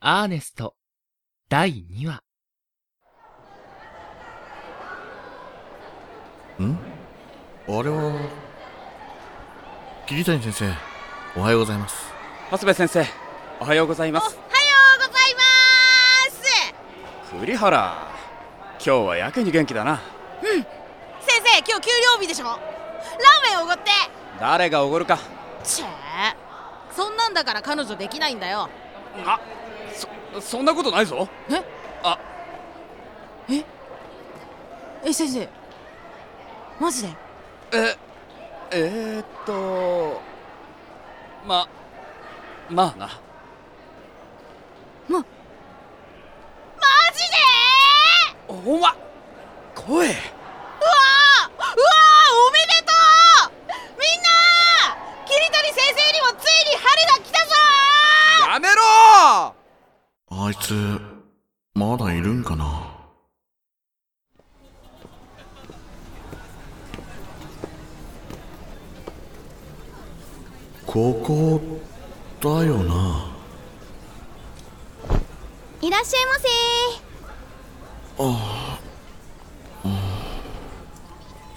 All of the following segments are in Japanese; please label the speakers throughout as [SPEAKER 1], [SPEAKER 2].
[SPEAKER 1] アーネスト第2話
[SPEAKER 2] んあれは桐谷先生おはようございます
[SPEAKER 3] 長谷部先生おはようございます
[SPEAKER 4] おはようございます
[SPEAKER 3] 栗原今日はやけに元気だな
[SPEAKER 4] 先生今日給料日でしょラーメンおごって
[SPEAKER 3] 誰がおごるか
[SPEAKER 4] ちぇそんなんだから彼女できないんだよ
[SPEAKER 3] あそそんなことないぞ
[SPEAKER 4] え
[SPEAKER 3] あ
[SPEAKER 4] ええ先生マジで
[SPEAKER 3] ええー、っとままあな
[SPEAKER 4] マジで
[SPEAKER 3] おま声
[SPEAKER 4] うわーうわーおめでとうみんな桐谷先生にもついに春が来たぞ
[SPEAKER 3] やめろ
[SPEAKER 2] あいつまだいるんかなここだよない
[SPEAKER 5] らっしゃいませ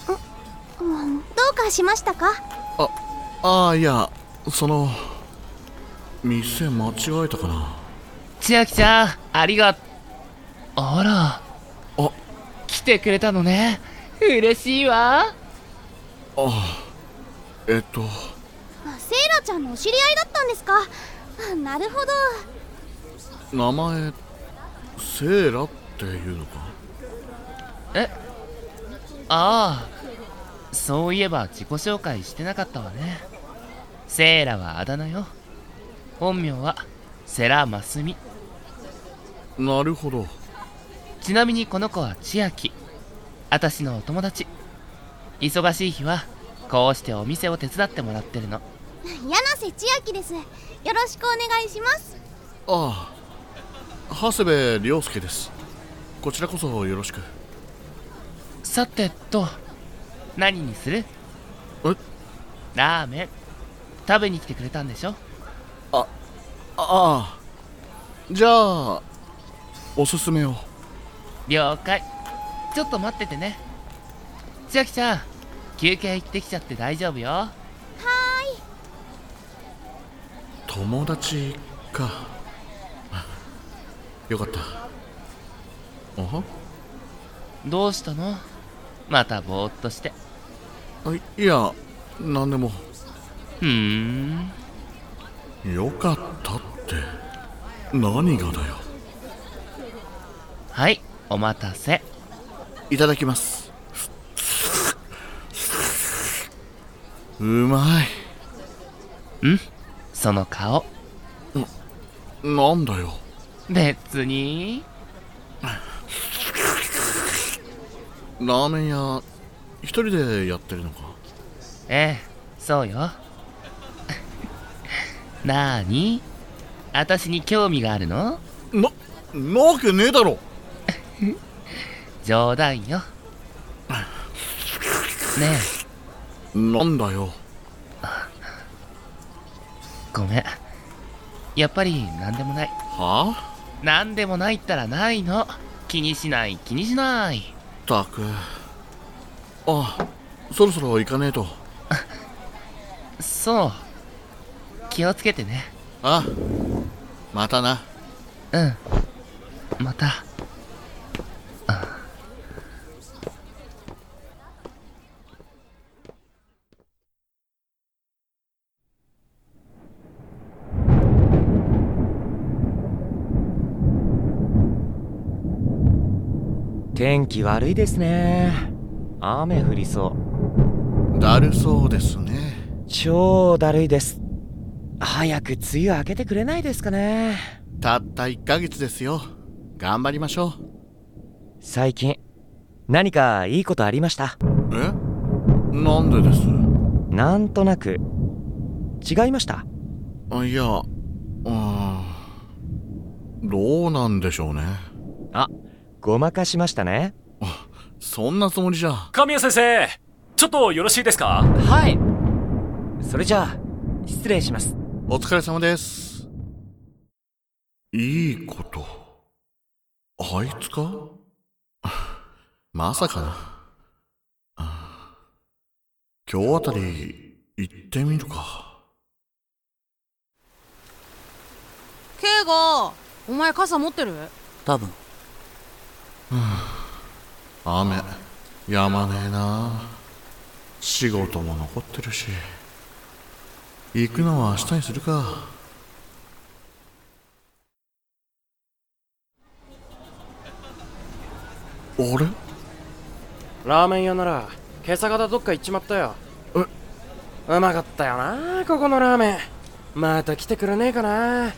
[SPEAKER 5] あどうかしましたか
[SPEAKER 2] あああいやその店間違えたかな
[SPEAKER 1] 千秋ちゃんありがあら
[SPEAKER 2] あ
[SPEAKER 1] 来てくれたのね嬉しいわ
[SPEAKER 2] えっと
[SPEAKER 5] あセイラちゃんのお知り合いだったんですかあなるほど
[SPEAKER 2] 名前セーラっていうのか
[SPEAKER 1] ああそういえば自己紹介してなかったわねセーラはあだ名よ本名はセラ・マスミ
[SPEAKER 2] なるほど
[SPEAKER 1] ちなみにこの子は千秋私のお友達忙しい日はこうしてお店を手伝ってもらってるの
[SPEAKER 5] 柳瀬千秋ですよろしくお願いします
[SPEAKER 2] ああ長谷部良介ですこちらこそよろしく
[SPEAKER 1] さてと何にする
[SPEAKER 2] え
[SPEAKER 1] ラーメン食べに来てくれたんでしょ
[SPEAKER 2] ああじゃあおすすめを
[SPEAKER 1] 了解ちょっと待っててね千秋ちゃん休憩行ってきちゃって大丈夫よ
[SPEAKER 2] 友達か よかったあは
[SPEAKER 1] どうしたのまたぼーっとして
[SPEAKER 2] あいや何でも
[SPEAKER 1] ふーん
[SPEAKER 2] よかったって何がだよ
[SPEAKER 1] はいお待たせ
[SPEAKER 2] いただきます うまい
[SPEAKER 1] その顔
[SPEAKER 2] なんだよ
[SPEAKER 1] 別に
[SPEAKER 2] ラーメン屋一人でやってるのか
[SPEAKER 1] ええそうよ なーに私に興味があるの
[SPEAKER 2] ななわけねえだろ
[SPEAKER 1] 冗談よねえ
[SPEAKER 2] なんだよ
[SPEAKER 1] ごめんやっぱり何でもない
[SPEAKER 2] はあ
[SPEAKER 1] 何でもないったらないの気にしない気にしない
[SPEAKER 2] ったくあそろそろ行かねえと
[SPEAKER 1] そう気をつけてね
[SPEAKER 2] あまたな
[SPEAKER 1] うんまた
[SPEAKER 6] 天気悪いですね雨降りそ
[SPEAKER 2] だるそうですね
[SPEAKER 6] う超だるいです早く梅雨明けてくれないですかね
[SPEAKER 2] たった1ヶ月ですよ頑張りましょ
[SPEAKER 6] 最近何かいいことありました
[SPEAKER 2] うえなんでです
[SPEAKER 6] なんとなく違いました
[SPEAKER 2] あいやうーんどうなんでしょうね
[SPEAKER 6] ごまかしましたね
[SPEAKER 2] そんなつもりじゃ
[SPEAKER 7] 神谷先生ちょっとよろしいですか
[SPEAKER 6] はいそれじゃあ失礼します
[SPEAKER 2] お疲れ様ですいいこと。あいつかまさかな。あ今日あたり行ってみるか。
[SPEAKER 4] ケイがお前傘持ってる
[SPEAKER 3] 多分
[SPEAKER 2] 雨、やまねえな。仕事も残ってるし。行くのは明日にするか。あれ
[SPEAKER 8] ラーメン屋なら今朝方どっか行っちまったよ
[SPEAKER 2] え
[SPEAKER 8] うまかったよなここのラーメンまた来てくれねえかな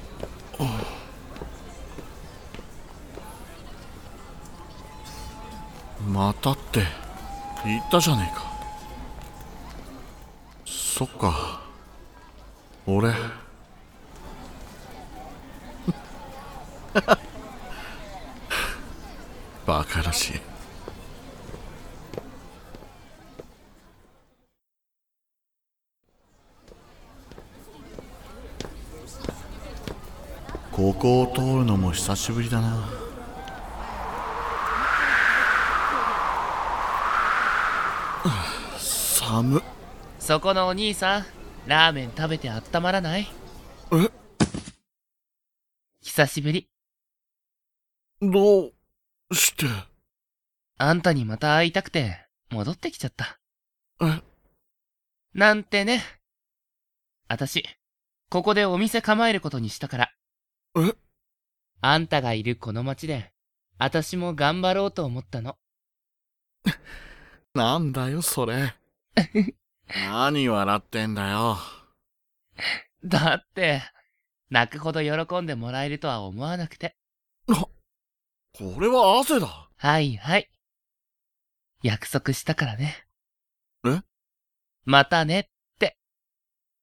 [SPEAKER 2] またって言ったじゃねえかそっか俺 バカらしいここを通るのも久しぶりだな寒っ
[SPEAKER 1] そこのお兄さんラーメン食べてあったまらない
[SPEAKER 2] え
[SPEAKER 1] 久しぶり
[SPEAKER 2] どうして
[SPEAKER 1] あんたにまた会いたくて戻ってきちゃった
[SPEAKER 2] え
[SPEAKER 1] なんてねあたしここでお店構えることにしたから
[SPEAKER 2] え
[SPEAKER 1] あんたがいるこの町であたしも頑張ろうと思ったの
[SPEAKER 2] なんだよ、それ。何笑ってんだよ。
[SPEAKER 1] だって泣くほど喜んでもらえるとは思わなくて
[SPEAKER 2] これは汗だ。
[SPEAKER 1] はいはい。約束したからね。
[SPEAKER 2] え
[SPEAKER 1] またね